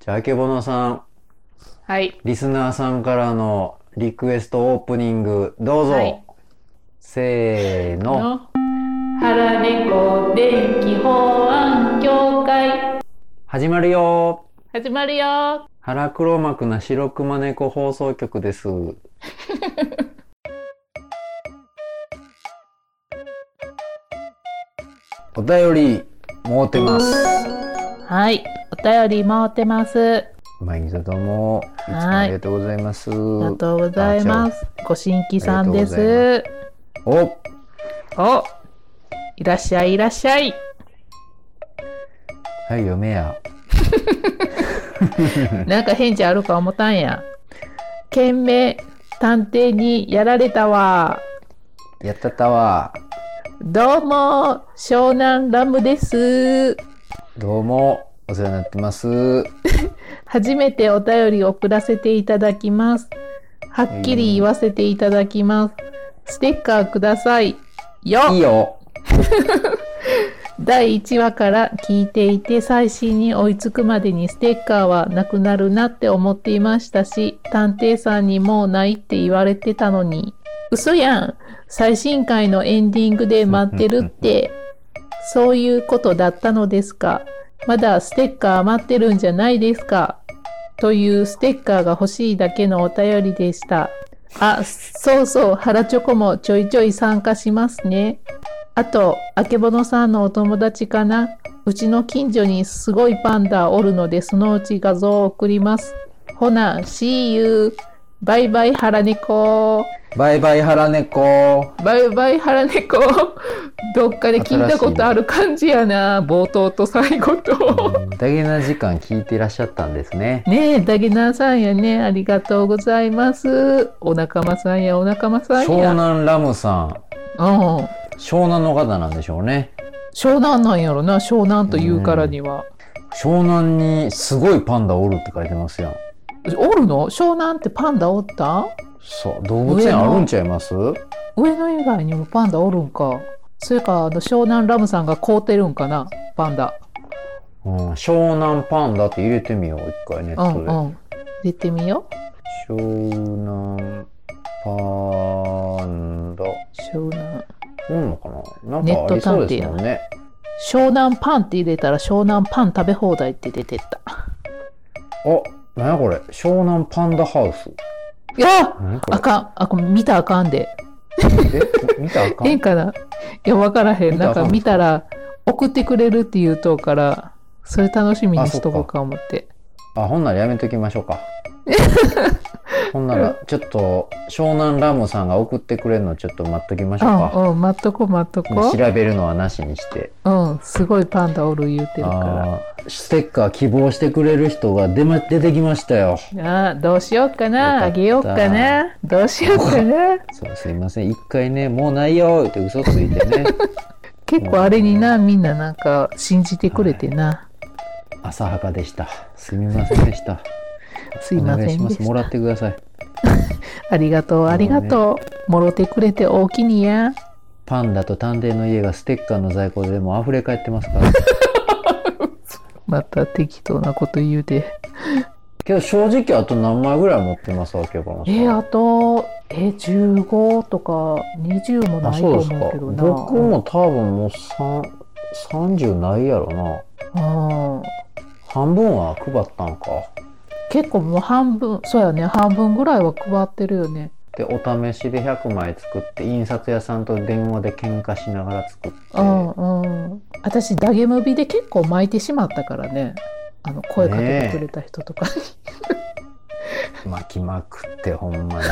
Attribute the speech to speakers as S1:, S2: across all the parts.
S1: じゃあ、あけぼのさん、
S2: はい。
S1: リスナーさんからのリクエストオープニング、どうぞ。
S2: はい
S1: せーの。
S2: の原猫電気法案協会
S1: 始まるよ
S2: 始まるよ。
S1: 腹黒幕な白熊猫放送局 です。お便り、もうてます。
S2: はい。お便り回ってます。
S1: 毎日どうも、いつもありがとうございます。
S2: ありがとうございます。ご新規さんで
S1: ありが
S2: す。
S1: お
S2: お、いらっしゃいいらっしゃい。
S1: はい、読めや。
S2: なんか返事あるか思ったんや。懸命探偵にやられたわ。
S1: やったったわ。
S2: どうも、湘南ラムです。
S1: どうも、お世話になってます。
S2: 初めてお便りを送らせていただきます。はっきり言わせていただきます。ステッカーください。よ
S1: いいよ。
S2: 第1話から聞いていて最新に追いつくまでにステッカーはなくなるなって思っていましたし、探偵さんにもうないって言われてたのに。嘘やん最新回のエンディングで待ってるって、そういうことだったのですかまだステッカー待ってるんじゃないですかというステッカーが欲しいだけのお便りでした。あ、そうそう、腹チョコもちょいちょい参加しますね。あと、あけぼのさんのお友達かなうちの近所にすごいパンダおるので、そのうち画像を送ります。ほな、See you! バイバイ、腹猫。
S1: バイバイ、腹猫。
S2: バイバイ、腹猫。 どっかで聞いたことある感じやな。冒頭と最後と。
S1: ダゲな時間聞いていらっしゃったんですね。
S2: ねえ、ダゲナーさんやね。ありがとうございます。お仲間さんや、お仲間さん
S1: 湘
S2: や。
S1: 南ラムさん。
S2: うん。
S1: 湘南の方なんでしょうね。
S2: 湘南なんやろな。湘南というからには。
S1: 湘南にすごいパンダおるって書いてますやん。
S2: おるの湘南ってパンダおった
S1: そう、動物園あるんちゃいます
S2: 上野以外にもパンダおるんか。それか、あの、湘南ラムさんが買うてるんかな、パンダ。
S1: うん、湘南パンダって入れてみよう、一回ネッ
S2: う
S1: ト
S2: ん
S1: で。
S2: うん。入れてみよ
S1: 湘南パンダ。
S2: う。湘南。
S1: おんのかななんかありそうですもんね。
S2: 湘南パンって入れたら湘南パン食べ放題って出てった。
S1: あ、なんやこれ。湘南パンダハウス。
S2: いや
S1: 何これ
S2: あかん。あ、これ見たらあかんで。
S1: え、見たらあか
S2: ええ
S1: ん
S2: ん。かないや、わからへん。
S1: 見たらあ
S2: なん
S1: かん
S2: か見たら送ってくれるって言うとうから、それ楽しみにしとこうか思って。
S1: あ、ほんならやめときましょう か。ほんなら、ちょっと、湘南ラムさんが送ってくれるのちょっと待っときましょう
S2: う
S1: か。
S2: んうん、待っとこ待っとこ
S1: 調。べるのはなしにして。
S2: うん、すごいパンダおる言うてるから。
S1: あーステッカー希望してくれる人が出,、ま、出てきましたよ。
S2: ああ、どうしようか
S1: よかっ
S2: な。
S1: た
S2: あげようかな。どうしようかな。
S1: そうすいません。一回ね、もうないよって嘘ついて ね、
S2: 結構あれにな、みんななんか信じてくれてな。
S1: 浅はかでした。すみませんでした。
S2: すいませ
S1: お願いし
S2: ん
S1: ま。
S2: ですし
S1: もら
S2: た。
S1: ってください。
S2: ありがとう、ありがとう。もろてくれて大きにや。
S1: パンダと探偵の家がステッカーの在庫でもう溢れ返ってますから。
S2: また適当なこと言うて。
S1: けど正直あと何枚ぐらい持ってますわけかな。
S2: えー、あと、えー、15とか20も
S1: あ、
S2: ないと
S1: そうです
S2: 思
S1: か
S2: うけ。どな。
S1: 僕も多分もう三30ないやろな。
S2: うん。
S1: 半分は配ったんか。
S2: 結構もう半分、そうやね、半分ぐらいは配ってるよね。
S1: で、お試しで100枚作って、印刷屋さんと電話で喧嘩しながら作って。
S2: うんうん、私ダゲムビで結構巻いてしまったからねあの声かけてくれた人とか、
S1: 巻きまくって、ほん まに。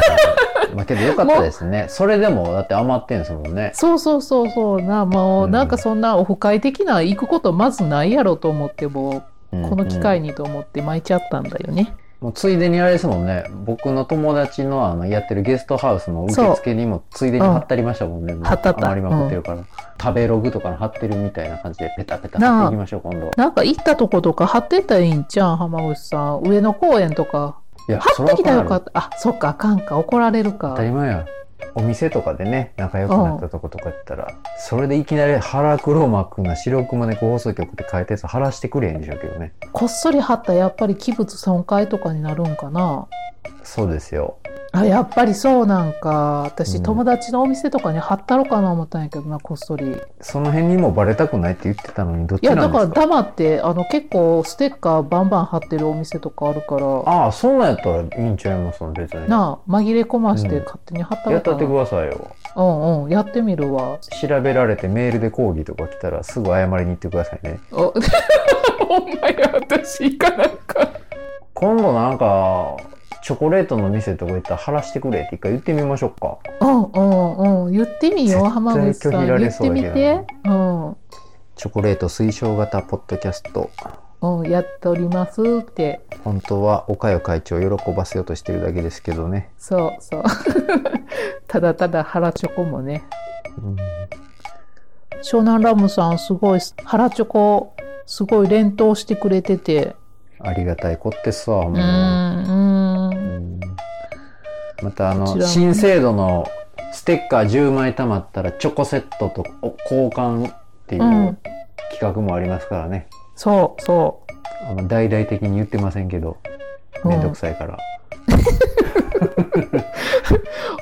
S1: まあけどよかったですね。それでも、だって余ってんすもんね。
S2: そうそうそうそうなもう、
S1: うん
S2: なんかそんなオフ会的な行くことまずないやろと思っても
S1: うん
S2: うこの機会
S1: うん
S2: にと思って巻いちゃったんだよね、
S1: もうついでにあれですもんね。僕の友達のあの、やってるゲストハウスの受付にも、ついでに貼ったりましたもんね。もう
S2: 貼った貼った
S1: 余りまくってるから。食べログとかの貼ってるみたいな感じで、ペタペタ貼
S2: な
S1: っ
S2: あ
S1: ていきましょう、今度。
S2: なんか行ったとことか貼ってったらいいんちゃうん浜口さん上野公園とか
S1: いや、
S2: 貼ってきたらよか
S1: そ
S2: ったあそっかあかんか怒られる
S1: ら
S2: か
S1: 当たり前や。お店とかでね仲良くなったとことかやったらそれでいきなり腹黒幕な白熊猫放送局って書いたやつ晴らしてくれへんでしょうけどね
S2: こっそり貼ったらやっぱり器物損壊とかになるんかな
S1: そうですよ
S2: あやっぱりそうなんか私、
S1: うん
S2: 友達のお店とかに貼ったろかな思ったんやけどなこっそり
S1: その辺にもバレたくないって言ってたのにどっ
S2: い
S1: ちな
S2: や
S1: んで
S2: だ
S1: すか
S2: から黙ってあの結構ステッカーバンバン貼ってるお店とかあるから
S1: ああそんなんやったらいいんちゃいますの別に
S2: なあ紛れ込まして
S1: うん
S2: 勝手に貼った
S1: や
S2: ろ
S1: った
S2: か
S1: って
S2: な、
S1: くださいよ
S2: うんうんやってみるわ
S1: 調べられてメールで抗議とか来たらすぐ謝りに行ってくださいね
S2: おほんまや私行かなんか
S1: 今度なんかチョコレートの店とか行ったら晴らしてくれって一回言ってみましょうか
S2: うんうんうん言ってみよう浜口さ
S1: 絶対拒
S2: ん
S1: 否ら
S2: 言
S1: れ
S2: っ
S1: そう
S2: て
S1: や
S2: み
S1: けどな
S2: てうん
S1: チョコレート推奨型ポッドキャスト
S2: うん、やっておりますって
S1: 本当は岡代会長を喜ばせようとしてるだけですけどね、
S2: そうそう ただただ腹チョコもね
S1: うん
S2: 湘南ラムさんすごい腹チョコすごい連投してくれてて
S1: ありがたい子ってさ
S2: う
S1: も
S2: ん
S1: う、
S2: うん
S1: うんまたあ
S2: こ
S1: の、
S2: ちらもね
S1: 新制度のステッカー10枚貯まったらチョコセットと交換っていう
S2: うん
S1: 企画もありますからね、
S2: そうそ
S1: あの大々的に言ってませんけど
S2: うん
S1: めんどくさいから、
S2: う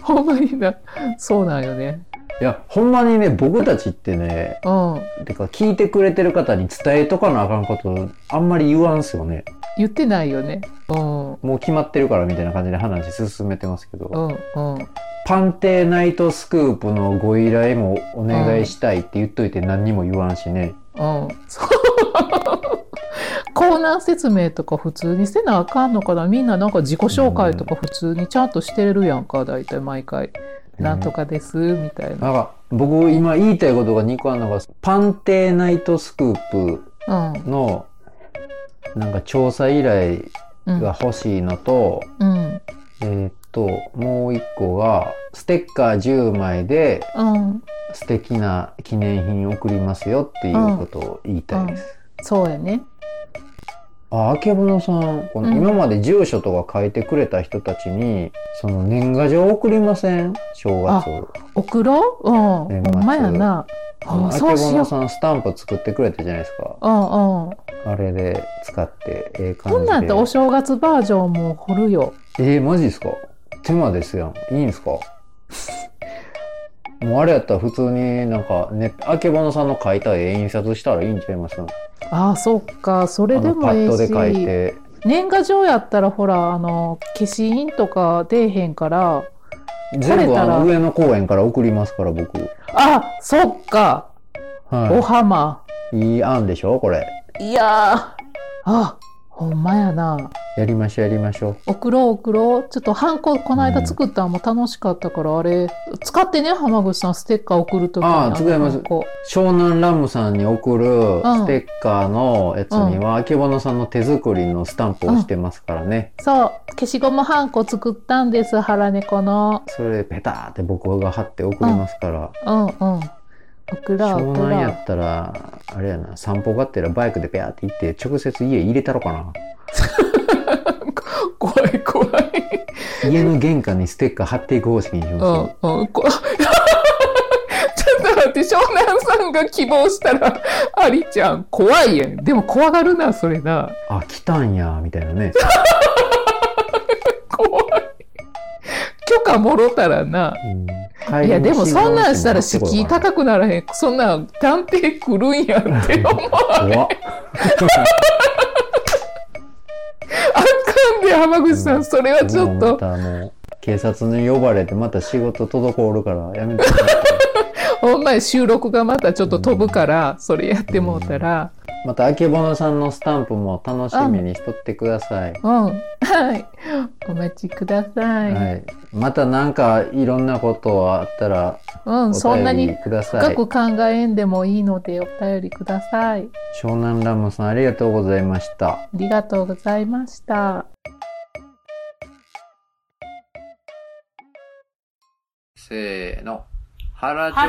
S2: ほんまになそうなんよね
S1: いやほんまにね僕たちってね
S2: うん
S1: てか聞いてくれてる方に伝えとかなあかんことあんまり言わんすよね
S2: 言ってないよねうんうん
S1: もう決まってるからみたいな感じで話進めてますけど、
S2: うん
S1: パンテーナイトスクープのご依頼もお願いしたいって言っといて何にも言わんしね、
S2: うんそうコーナー説明とか普通にせなあかんのかなみんななんか自己紹介とか普通にちゃんとしてるやんか大体毎回なんとかですみたい
S1: な
S2: な
S1: んか僕今言いたいことが2個あるのがパンテーナイトスクー
S2: うん
S1: プのなんか調査依頼
S2: うん
S1: が欲しいのと、
S2: うん
S1: えーっともう1個がステッカー10枚で
S2: うん
S1: 素敵な記念品送りますよっていうことを言いたいです。
S2: そうやね
S1: あ、あけぼのさん、この
S2: うん
S1: 今まで住所とか書いてくれた人たちに、その年賀状送りません正月。
S2: 送ろううん
S1: 年
S2: ほ
S1: 末
S2: んまやな
S1: あの
S2: あ
S1: あけ
S2: そうし
S1: ぼ
S2: よ
S1: の
S2: う
S1: さんスタンプ作ってくれたじゃないですか。
S2: うんうん
S1: あれで使って、ええ感じで。
S2: こんなんやったらお正月バージョンも掘るよ
S1: えー、マジですか手間ですやん。いいんですかもうあれやったら普通になんかね、あけぼのさんの書いた絵印刷したらいいんちゃいますそ
S2: ああそっかそれ
S1: あ
S2: で
S1: のパ
S2: もえ
S1: ッ
S2: え
S1: ドで
S2: し
S1: 書いて。
S2: 年賀状やったらほらあの消印とか出えへんから
S1: 全部あ
S2: 取れたら
S1: の上野公園から送りますから僕。
S2: あそっか、お
S1: は
S2: 浜
S1: い。いい案でしょこれ。
S2: いやーあほんまやな
S1: やりましょうやりましょう。
S2: 送ろう送ろうちょっとハンコこの間作ったのも楽しかったから、あれ使ってね浜口さんステッカー送るときに
S1: あー
S2: の
S1: 使います
S2: ハンコ
S1: 湘南ラムさんに送る
S2: ん
S1: ステッカーのやつには、あけぼのさんの手作りのスタンプをしてますからね。
S2: そう消しゴムハンコ作ったんです腹猫の
S1: それペターって僕が貼って送りますから。
S2: うんうん送ろう
S1: 湘
S2: 送
S1: 南
S2: ろ
S1: や
S2: う
S1: ったら、あれやな、散歩がってらバイクでペアって行って、直接家入れたろかな。
S2: 怖い怖い
S1: 家の玄関にステッカー貼っていく方式にしますよ。
S2: うんうん、 こちょっと待って、湘南さんが希望したら、ありちゃん、怖いやん。でも怖がるな、それな。
S1: あ、来たんや、みたいなね。
S2: 怖い。許可もろたらな。
S1: うん
S2: いや、でもそんなんしたら
S1: 帰り
S2: 敷
S1: に
S2: 居
S1: 信号
S2: 高くならへん。そんなん、探偵来るんやって思う。
S1: 押してもらってこようかな怖っ。
S2: あかんで、浜口さ
S1: うん
S2: ん、それは ちょっ
S1: もうま
S2: と、
S1: たもう警察に呼ばれてまた仕事滞るからやめて
S2: ほんまに収録がまたちょっと飛ぶから、それやってもうたら。
S1: またあけぼのさんのスタンプも楽しみにしとってください、
S2: うん。はい。お待ちください。
S1: はい、またなんかいろんなことあったら
S2: うん、そん
S1: お
S2: な
S1: 便
S2: に
S1: りくださ
S2: 深
S1: い、
S2: く考えんでもいいのでお便りください。
S1: 湘南ラムさんありがとうございました
S2: ありがとうございました。
S1: せーの腹
S2: チョコの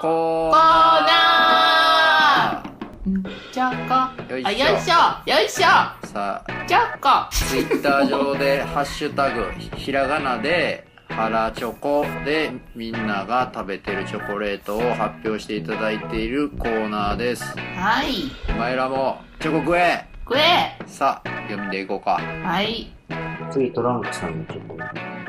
S1: コ
S2: コーナチョコ、あ
S1: よ
S2: ょ、よいしょ、
S1: さあ
S2: チョコ。
S1: ツイッター上で「ハッシュタグひらがな」で「
S3: ハラチョコでみんなが食べてるチョコレートを発表していただいているコーナーです
S4: はい。
S3: お前らもチョコ食え
S4: これ
S3: さあ読んでいこうか
S4: はい。
S1: 次、トランクさんのチョコ。あ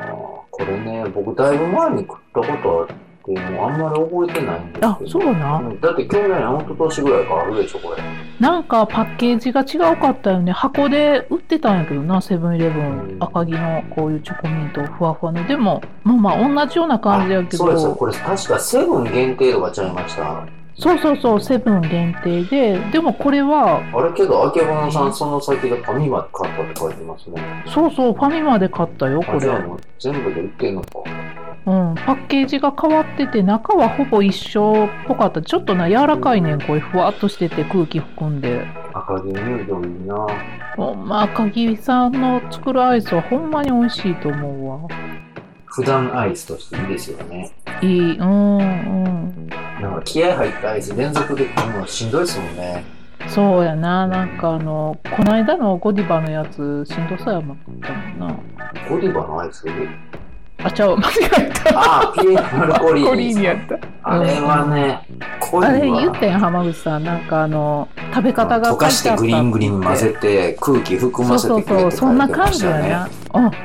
S1: あ、これね、僕、だいぶ前に食ったことあって、もうあんまり覚えてないんですけど。
S2: あ、そうな。
S1: うんだって去年、一昨年ぐらいからあるでしょ、これ。
S2: なんかパッケージが違うかったよね。箱で売ってたんやけどな、セブンイレブン。赤城のこういうチョコミント、ふわふわの。でも、まあまあ、同じような感じやけど。
S1: そうですよ、これ確かセブン限定とかちゃいました。
S2: そうそうそう、セブン限定で、でもこれは、
S1: あれけど、あけぼのさん、その先でファミマ買ったって書いてますね。
S2: そうそう、ファミマで買ったよ、こ
S1: あ、
S2: れ。
S1: じ
S2: う
S1: ゃあ
S2: ん、
S1: もう全部で売ってんのか。
S2: パッケージが変わってて、中はほぼ一緒っぽかった。ちょっとな、柔らかいねん、これ。ふわっとしてて、空気含んで。
S1: 赤城乳業いいな
S2: ほんま、赤城さんの作るアイスはほんまに美味しいと思うわ。
S1: 普段アイスとしていいですよね。
S2: いい、うん、うん。
S1: なんか気合入ったアイス連続で食うのしんどいですもんね。
S2: そうやな、なんかあの、こないだのゴディバのやつ、しんどそうやもんったもんな。
S1: ゴディバのアイス
S2: あ、ちゃう、 間違えた。
S1: ああ、ピエールマルコリ
S2: コ
S1: ー
S2: リ
S1: ニ
S2: ーニやった。
S1: あれはね、濃い
S2: あ
S1: わ
S2: れ言ったやん浜口さんなんかあの食べ方が書
S1: 溶
S2: いてあった
S1: かしてグリングリン混ぜて、空気含
S2: そ
S1: ま
S2: う
S1: せて
S2: そ
S1: くれ
S2: う
S1: って書
S2: そ
S1: いうて
S2: そんな
S1: ま
S2: 感
S1: し
S2: じや
S1: たね
S2: な。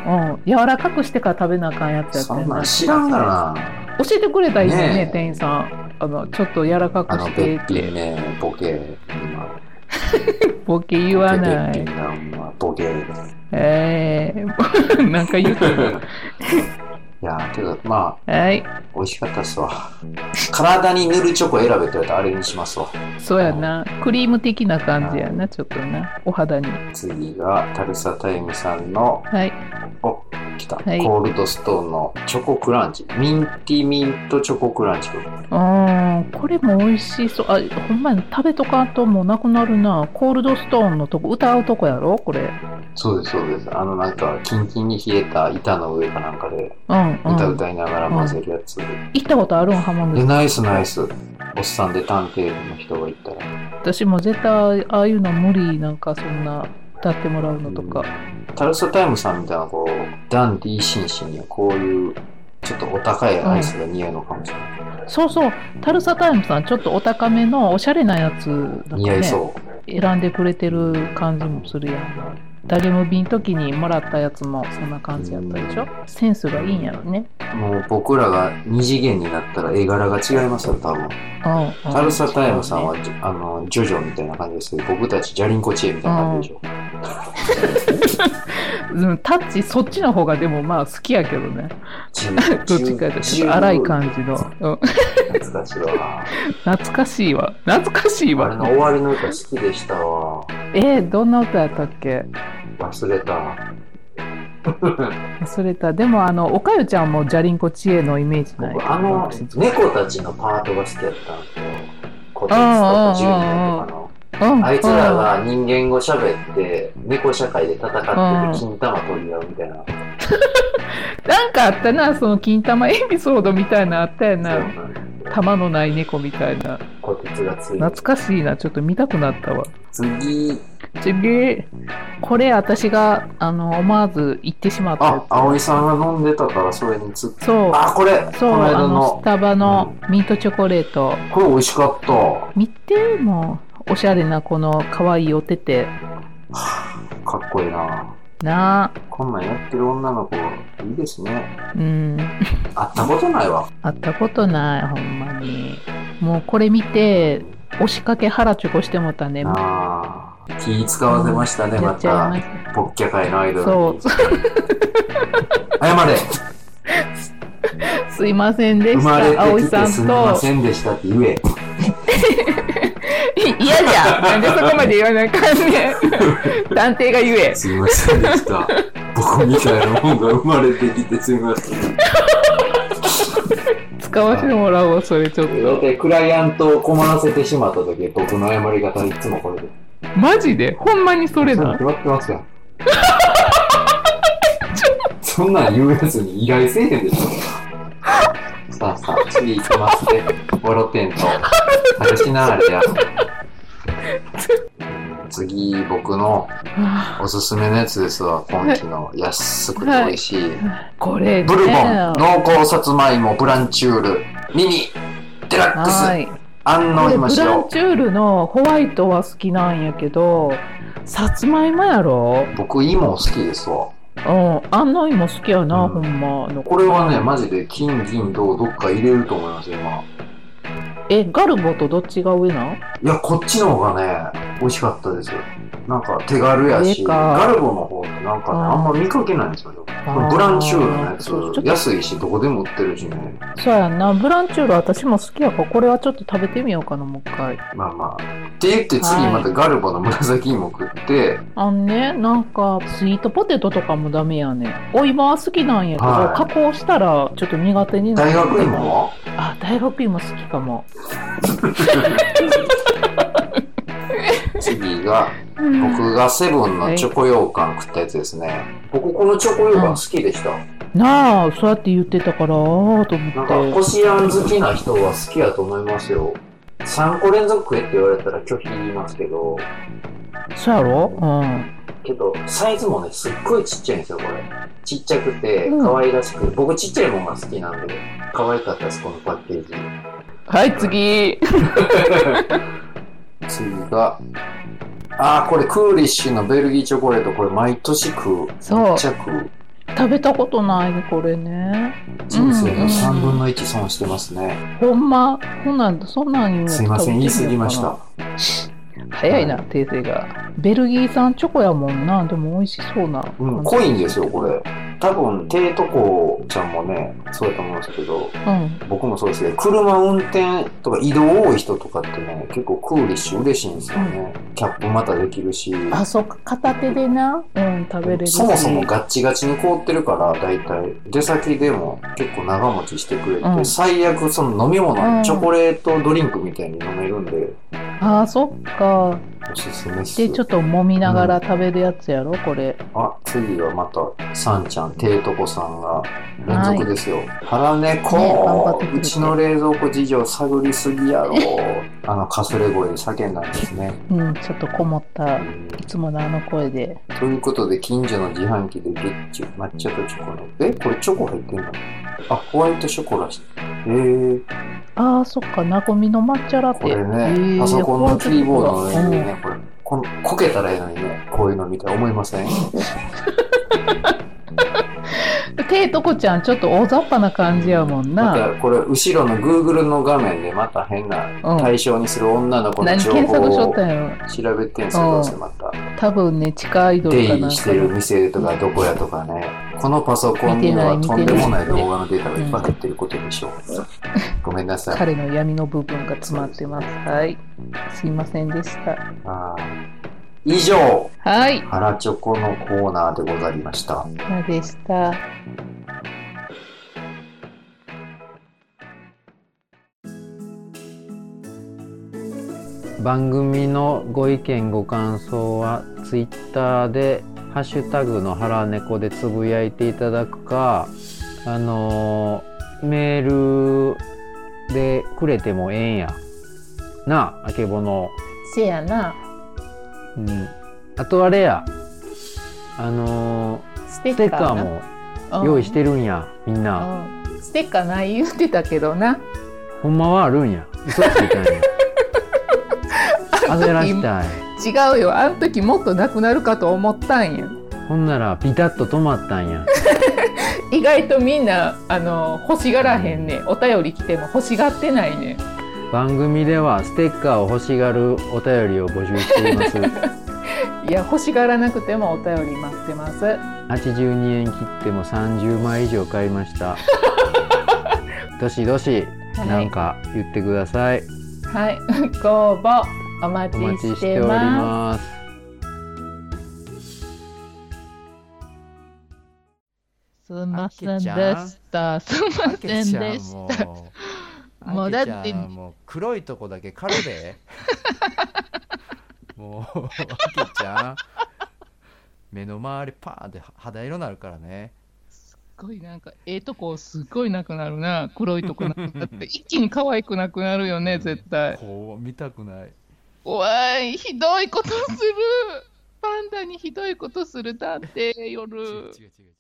S2: うんうん柔らかくしてから食べなあかんやつやった
S1: そ
S2: よ
S1: んな
S2: なん
S1: 知らんがな。
S2: 教えてくれたらいいよね
S1: ねえ
S2: 店員さんあのちょっと柔らか
S1: あ
S2: く
S1: の、
S2: し
S1: べ
S2: て
S1: っ
S2: っ
S1: ぴん
S2: て
S1: ね、ボケ、今。
S2: ボケ言わな
S1: べっ
S2: い
S1: ぴんがまあボケ。い
S2: ええー、 なんか言うて る
S1: やー、けど、ま
S2: はい
S1: あ、美味しかったっすわ。体に塗るチョコ選べって言われたらあれにしますわ。
S2: そうやなクリーム的な感じやなちょっとなお肌に
S1: 次が、タルサタイムさんの、
S2: はい
S1: お、来た、
S2: はい
S1: コールドストーンのチョコクランチ。ミンティミントチョコクランチ。
S2: うんこれも美味しそうあほんまに食べとかんともうなくなるなコールドストーンのとこ歌うとこやろこれ
S1: そうです、そうです。あの、なんか、キンキンに冷えた板の上かなんかで、
S2: うんうん
S1: 歌歌いながら混ぜるやつ。
S2: 行ったことあるん浜
S1: で、
S2: 口
S1: ナイスナイス。おっさんで探偵の人がいたら。
S2: 私も絶対ああいうの無理なんかそんな歌ってもらうのとか、
S1: タルサタイムさんみたいな、こう、ダンディー紳士にはこういう、ちょっとお高いアイスが似合うのかもしれない。
S2: そうそうタルサタイムさんちょっとお高めのおしゃれなやつなん
S1: 似合
S2: か
S1: い
S2: ね
S1: そ
S2: 選んでくれてる感じもするやんダリムビの時にもらったやつもそんな感じやったでしょセンスがいいんやろね
S1: う。もう僕らが二次元になったら絵柄が違いますよ、多分。
S2: うんうん
S1: タルサタイムさんは、じあの、ジョジョみたいな感じですけど、僕たちジャリンコ知恵みたいな感じでしょ。
S2: うんタッチそっちの方がでもまあ好きやけどね
S1: ジ
S2: どっちかというとちょっと荒い感じの、うん、
S1: じ。懐かしいわ。
S2: 懐かしいわ懐かしい
S1: あれの
S2: わ
S1: 終わりの歌好きでしたわ。
S2: えー、どんな歌やったっけ
S1: 忘れた。
S2: 忘れたでもあのおかゆちゃんもじゃりんこ知恵のイメージない
S1: 僕あの猫たちのパートが好きだったんですよ。コテツとかジュニアとかの。
S2: うん
S1: あいつらが人間語喋って、猫社会で戦ってて
S2: うん、
S1: 金玉取り合うみたいな。
S2: なんかあったなその金玉エピソードみたいなあったよ
S1: そう
S2: な
S1: なんですよ
S2: 玉のない猫みたいな
S1: コテツがつい
S2: 懐かしいなちょっと見たくなったわ
S1: 次。
S2: 次これ私があの思わず言ってしまった
S1: あ
S2: や、つ
S1: 葵さんが飲んでたからそれにつっ
S2: そう
S1: あ、これ
S2: そう
S1: この間
S2: あの
S1: の
S2: ス。タバのミートチョコレート、
S1: これ美味しかった。
S2: 見てもうおしゃれなこの可愛いおてて
S1: かっこいいな。
S2: な
S1: こんなんやってる女の子、いいですね。
S2: あうん
S1: 会ったことないわ。
S2: 会ったことないほんまにもうこれ見て押しかけ腹チョコしてもたねもう
S1: ああ。気使わせましたね、
S2: や
S1: ま
S2: っちゃいま
S1: た。
S2: し
S1: ポッキャ界のアイド
S2: た
S1: ル。
S2: そう
S1: 謝れ
S2: すいませんで
S1: 生
S2: し
S1: まれ
S2: た葵
S1: てき
S2: さ
S1: て
S2: ん
S1: すみま
S2: と
S1: せんでしたって言え。
S2: い嫌じゃんなんでそこまで言わなあかんねん 探偵が言え
S1: すみませんでした。僕みたいなもんが生まれてきてすみません。
S2: 使わせてもらおうそれちょっ
S1: だってクライアントを困らせてしまった時、僕の謝り方いつもこれで。
S2: とマジでほんまにそれ
S1: そう
S2: な
S1: 決まってますよ。そんなん言うやつに依頼せえへんでしょ。さあさあ、次行きます ね。ボロテンと、タルシナーレや。次、僕の
S2: あ
S1: おすすめのやつですわ。今季の安くて美味しい。
S2: これね
S1: ブルボン、濃厚さつまいも、ブランチュール、ミニ、デラックス、
S2: はい
S1: 安納
S2: これ
S1: 今
S2: ブラン
S1: 塩。
S2: チュールのホワイトは好きなんやけどさつまいもやろ
S1: 僕、芋好きですわ。
S2: うんあんの芋好きやな、
S1: うん
S2: ほんま
S1: これはね、マジで金、銀、銅、どっか入れると思います、今。
S2: えガルボとどっちが上なん
S1: いや、こっちの方がね、美味しかったですよ。なんか手軽や
S2: え
S1: し、
S2: えか
S1: ガルボの方ってなんかね、
S2: あー
S1: あんま見かけないんですよ。
S2: ー
S1: ブランチュールのやつ
S2: そうちょっ、と
S1: 安いし、どこでも売ってるしね。
S2: そうやんなブランチュール私も好きやからこれはちょっと食べてみようかなもう一回
S1: まあまあ。って言って次またガルボの紫芋食って、
S2: あんねなんかスイートポテトとかもダメやねお芋は好きなんやけど、
S1: はい
S2: 加工したらちょっと苦手になる
S1: 大学芋は
S2: あ大学芋好きかも
S1: 次が、僕がセブンのチョコ羊羹食ったやつですね。僕このチョコ羊羹好きでした。
S2: なあそうやって言ってたからああと
S1: な
S2: 思
S1: ん
S2: っ
S1: か、
S2: て
S1: こしあん好きな人は好きやと思いますよ。3個連続食えって言われたら拒否言いますけど、
S2: そうやろうん
S1: けど、サイズもね、すっごいちっちゃいんですよ、これ。ちっちゃくて、
S2: うん
S1: 可愛らしく、僕ちっちゃいものが好きなんで、可愛かったです、このパッケージ。
S2: はい、次。
S1: 次が、あー、これクーリッシュのベルギーチョコレート、これ毎年食う。
S2: そう
S1: めっちゃ食う。
S2: 食べたことないね、これね。
S1: 人生
S2: うん
S1: の3分の1損してますね。
S2: ほんま、こんなん、そんなん言うの
S1: すいません、言い過ぎまし。
S2: 食
S1: た。
S2: べてみようかな早いな、訂正が。ベルギー産チョコやもんな、でも美味しそうな。
S1: うん、濃いんですよ、これ。多分、低とこちゃんもね、そうやと思うんですけど、
S2: うん。
S1: 僕もそうですけど、車運転とか移動多い人とかってね、結構クーリッシュ嬉しいんですよね。キャップまたできるし、
S2: あ、そっか、片手でな、うん、食べれるし。
S1: そもそもガッチガチに凍ってるから、だいたい出先でも結構長持ちしてくれて、
S2: うん
S1: 最悪その飲み物、
S2: うん
S1: チョコレートドリンクみたいに飲めるんで、
S2: あ、そっか。
S1: おすすめっす。
S2: で、ちょっと揉みながら食べるやつやろ、これ。
S1: あ、次はまた、さんちゃん、ていとこさんが、連続ですよ。腹猫、
S2: ね頑張ってくれて
S1: うちの冷蔵庫事情探りすぎやろ。あの、かすれ声で叫んだんですね。
S2: うん、ちょっとこもった、いつものあの声で。
S1: ということで、近所の自販機でゲッチュ、抹茶とチョコの。え、これチョコ入ってんのあ、ホワイトショコラし。えー、
S2: あー、そっか、なごみの抹茶ラテ。
S1: これ
S2: え
S1: ね、
S2: ー
S1: パソコンのキーボードの上に
S2: うん
S1: ね、これ、このこけたらええのにね、こういうの見たら思いません
S2: てえとこちゃんちょっと大雑把な感じやもん
S1: また
S2: な、、
S1: これ、後ろの Google の画面でまた変な
S2: うん、
S1: 対象にする女の子の
S2: 何
S1: 情
S2: 検
S1: 報
S2: 索しと
S1: を
S2: ったんやろ
S1: 調べてんすよ、
S2: うん
S1: どうせまた。
S2: 多分ね地下アイドル
S1: 出
S2: か
S1: 入
S2: な
S1: りしてる店とかどこやとかね、このパソコンには
S2: 見て
S1: と
S2: ない
S1: ん
S2: 見
S1: で
S2: てない
S1: もない動画のデータがいっぱい入ってることでしょう。ごめんなさい。
S2: 彼の闇の部分が詰まってますはいすいませんでした
S1: あー以上、
S2: はい
S1: 原チョコのコーナーでございました。
S2: なでした
S5: 番組のご意見ご感想はツイッターで「ハッシュタグの腹猫」でつぶやいていただくかあのーメールでくれてもええんやなああけぼの、
S2: せやな
S5: うん、あとあれやあのー
S2: ステ
S5: ステ
S2: ッ
S5: ッ
S2: カ
S5: カ
S2: ー
S5: ー
S2: な
S5: も用意して
S2: る
S5: るんやみんな
S2: ステッカーない言ってたけどな
S5: ほんまはあるんや嘘ついたんや焦らしたい
S2: 違うよあの時もっとなくなるかと思ったんや
S5: ほんならピタッと止まったんや
S2: 意外とみんなあの欲しがらへんねお便り来ても欲しがってないね
S5: 番組ではステッカーを欲しがるお便りを募集しています
S2: いや欲しがらなくてもお便り待ってます
S5: 82円切っても30枚以上買いましたどしどしなんか言ってください、
S2: はい、 ご応募お待
S5: お待ち
S2: ちし
S5: して
S2: て
S5: おり
S2: ま
S5: ます
S2: す。すみませんでした。すみませんでした。
S5: た
S2: もうだって
S5: もう黒いとこだけカルでもうあけちゃん目の周りパーンって肌色になるからね
S2: すごいなんかええとこすごいなくなるな。黒いとこなくなって一気に可愛くなくなるよね絶対。
S5: こう見たくない
S2: 怖い、ひどいことする。パンダにひどいことする探偵夜。
S4: 違う違う違う。